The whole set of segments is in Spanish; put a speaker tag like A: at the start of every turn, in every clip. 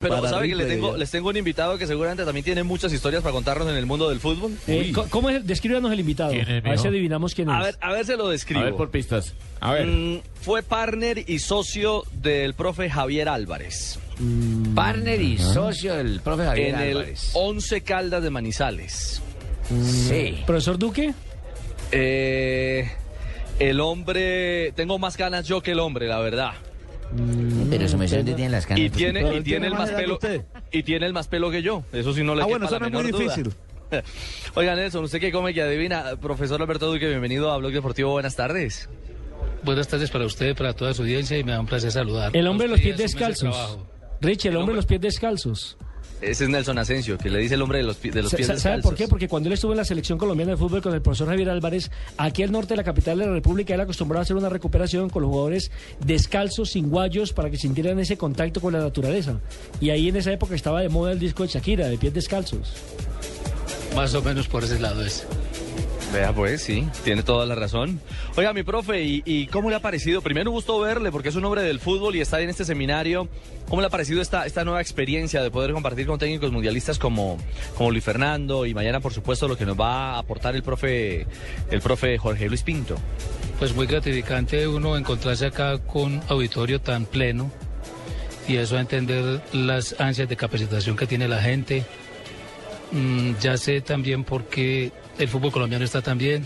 A: Pero
B: Para
A: sabe que les
B: Ripley,
A: tengo,
B: ya.
A: les tengo un invitado que seguramente también tiene muchas historias para contarnos en el mundo del fútbol.
C: Eh, co- ¿Cómo es? el- Descríbanos el invitado.
D: ¿Quién es,
C: a ver si
D: mijo?
C: adivinamos quién es.
A: A ver, a ver se lo describo.
D: A ver por pistas. A ver.
A: Mm, fue partner y socio del profe Javier Álvarez
D: Mm,
B: Partner y socio del profe Javier
A: en el
B: Álvarez. Mm.
A: 11 Caldas de Manizales.
B: Sí.
C: ¿Profesor Duque?
A: Eh, el hombre, tengo más ganas yo que el hombre, la verdad.
B: Mm, Pero su merced ¿dónde tiene las canas.
A: Y tiene,
B: Pero
A: y
B: él
A: tiene el
B: más
A: más
B: edad que
A: pelo
B: usted.
A: y tiene el más pelo que yo. Eso sí no le
B: Ah,
A: quepa
B: bueno,
A: la
B: eso no es muy
A: menor duda.
B: difícil.
A: Oiga, Nelson, ¿usted qué come que adivina? Profesor Alberto Duque, bienvenido a Blog Deportivo, buenas tardes.
E: Buenas tardes para usted, para toda su audiencia y me da un placer saludar.
C: El hombre de los pies descalzos. Rich, el
A: El
C: hombre
A: hombre-
C: de los pies descalzos.
A: Ese es Nelson Asensio, que le dice el hombre de los, pi- de los
C: Sa-
A: pies
C: sa- ¿Sabe
A: descalzos.
C: por qué? Porque cuando él estuvo en la selección colombiana de fútbol con el profesor Javier Álvarez, aquí al norte de la capital de la República, él acostumbraba a hacer una recuperación con los jugadores descalzos, sin guayos, para que sintieran ese contacto con la naturaleza. Y ahí en esa época estaba de moda el disco de Shakira, de pies descalzos.
E: Más o menos por ese lado es.
A: Vea, pues, sí, tiene toda la razón. Oiga, mi profe, ¿y, y cómo le ha parecido? Primero, un gusto verle, porque es un hombre del fútbol y está en este seminario. ¿Cómo le ha parecido esta, esta nueva experiencia de poder compartir con técnicos mundialistas como, como Luis Fernando y mañana, por supuesto, lo que nos va a aportar el profe, el profe Jorge Luis Pinto?
E: Pues muy gratificante uno encontrarse acá con auditorio tan pleno y eso a entender las ansias de capacitación que tiene la gente. Mm, ya sé también por qué el fútbol colombiano está tan bien.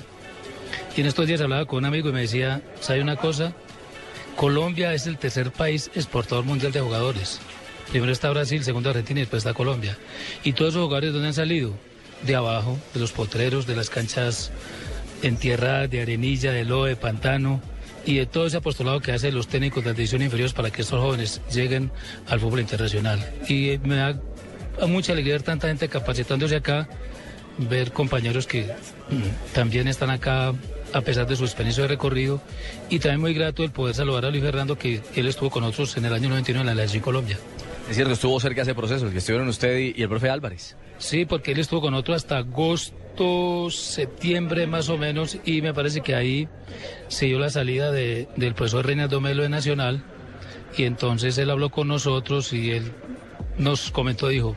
E: Y en estos días hablaba con un amigo y me decía, ¿sabe una cosa? Colombia es el tercer país exportador mundial de jugadores. Primero está Brasil, segundo Argentina y después está Colombia. ¿Y todos esos jugadores de dónde han salido? De abajo, de los potreros, de las canchas en tierra, de arenilla, de lodo, de pantano y de todo ese apostolado que hacen los técnicos de las divisiones inferiores para que estos jóvenes lleguen al fútbol internacional. Y eh, me da mucha alegría ver tanta gente capacitándose acá, ver compañeros que mm, también están acá a pesar de su experiencia de recorrido y también muy grato el poder saludar a Luis Fernando que él estuvo con nosotros en el año 99 en la Elección Colombia.
A: Es cierto, estuvo cerca ese proceso, el que estuvieron usted y, y el profe Álvarez.
E: Sí, porque él estuvo con nosotros hasta agosto, septiembre más o menos, y me parece que ahí se dio la salida de- del profesor Reinaldo Melo de Nacional, y entonces él habló con nosotros y él nos comentó, dijo,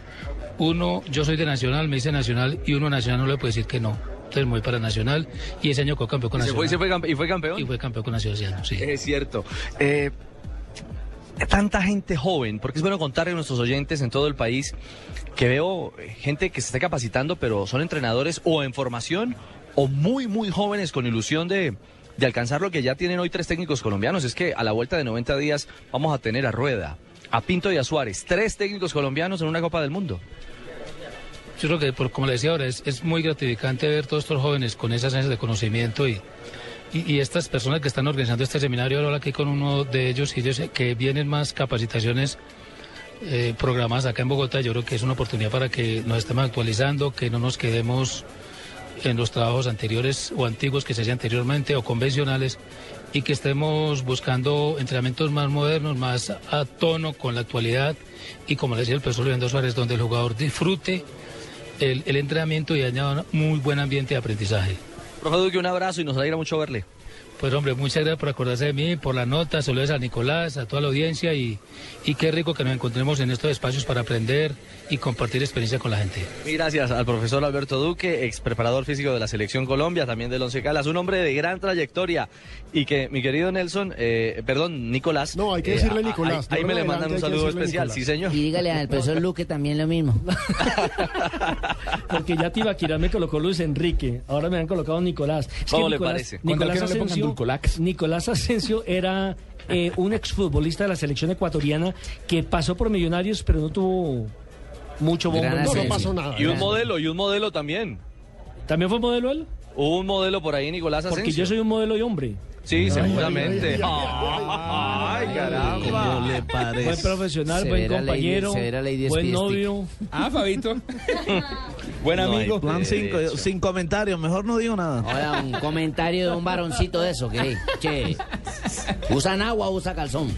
E: uno, yo soy de Nacional, me dice Nacional, y uno a Nacional no le puede decir que no. Entonces me voy para Nacional, y ese año quedó campeón con
A: Y, se fue,
E: Nacional.
A: y se fue campe- y fue campeón.
E: y fue campeón con Nacional, ese año, sí.
A: Es cierto. Eh, tanta gente joven, porque es bueno contarle a nuestros oyentes en todo el país que veo eh, gente que se está capacitando, pero son entrenadores o en formación o muy, muy jóvenes con ilusión de, de alcanzar lo que ya tienen hoy tres técnicos colombianos. Es que a la vuelta de 90 días vamos a tener a Rueda, a Pinto y a Suárez, tres técnicos colombianos en una Copa del Mundo.
E: Yo creo que, por, como le decía ahora, es, es muy gratificante ver todos estos jóvenes con esas ansias de conocimiento y, y, y estas personas que están organizando este seminario. Ahora aquí con uno de ellos y yo sé que vienen más capacitaciones eh, programadas acá en Bogotá. Yo creo que es una oportunidad para que nos estemos actualizando, que no nos quedemos en los trabajos anteriores o antiguos que se hacían anteriormente o convencionales y que estemos buscando entrenamientos más modernos, más a tono con la actualidad y como le decía el profesor Leandro Suárez, donde el jugador disfrute el, el entrenamiento y añada un muy buen ambiente de aprendizaje.
A: Profe Duque, un abrazo y nos alegra mucho verle.
E: Pues hombre, muchas gracias por acordarse de mí, por la nota, saludos a Nicolás, a toda la audiencia y, y qué rico que nos encontremos en estos espacios para aprender y compartir experiencia con la gente.
A: Y gracias al profesor Alberto Duque, ex preparador físico de la Selección Colombia, también del Once Calas, un hombre de gran trayectoria. Y que mi querido Nelson, eh, perdón, Nicolás.
F: No, hay que
A: eh,
F: decirle
A: a- a-
F: Nicolás, de
A: Ahí, me
F: ahora
A: le
F: en
A: mandan
F: adelante
A: un
F: hay que
A: saludo
F: decirle
A: especial,
F: Nicolás.
A: sí, señor.
B: Y dígale al profesor Luque también lo mismo.
C: Porque ya Tibaquirá me colocó Luis Enrique, ahora me han colocado Nicolás. Es
A: ¿Cómo le
C: Nicolás,
A: parece?
D: Con
C: Nicolás
D: tal que no le pongan
C: Asensio,
D: Dulcolax.
C: Nicolás Asensio era eh, un exfutbolista de la selección ecuatoriana que pasó por Millonarios, pero no tuvo mucho bombo.
B: Gran
C: No,
F: No, no
B: Asensio.
F: pasó nada.
A: Y un modelo, y un modelo también.
C: ¿También fue modelo él?
A: Hubo un modelo por ahí, Nicolás
C: Porque
A: Asensio.
C: yo soy un modelo de hombre.
A: Sí, seguramente. Ay,
B: ¿Cómo
A: caramba.
B: le parece?
C: Buen profesional, buen
B: Severa ley de-
C: compañero,
B: severa ley de
C: buen
B: espiestic.
C: novio.
D: Ah, Fabito. Buen
A: No hay
D: amigo.
A: plan cinco, Derecho. sin
F: comentarios, mejor no digo nada.
B: Ahora, un comentario de un varoncito de eso, que, che, usan agua, usa calzón.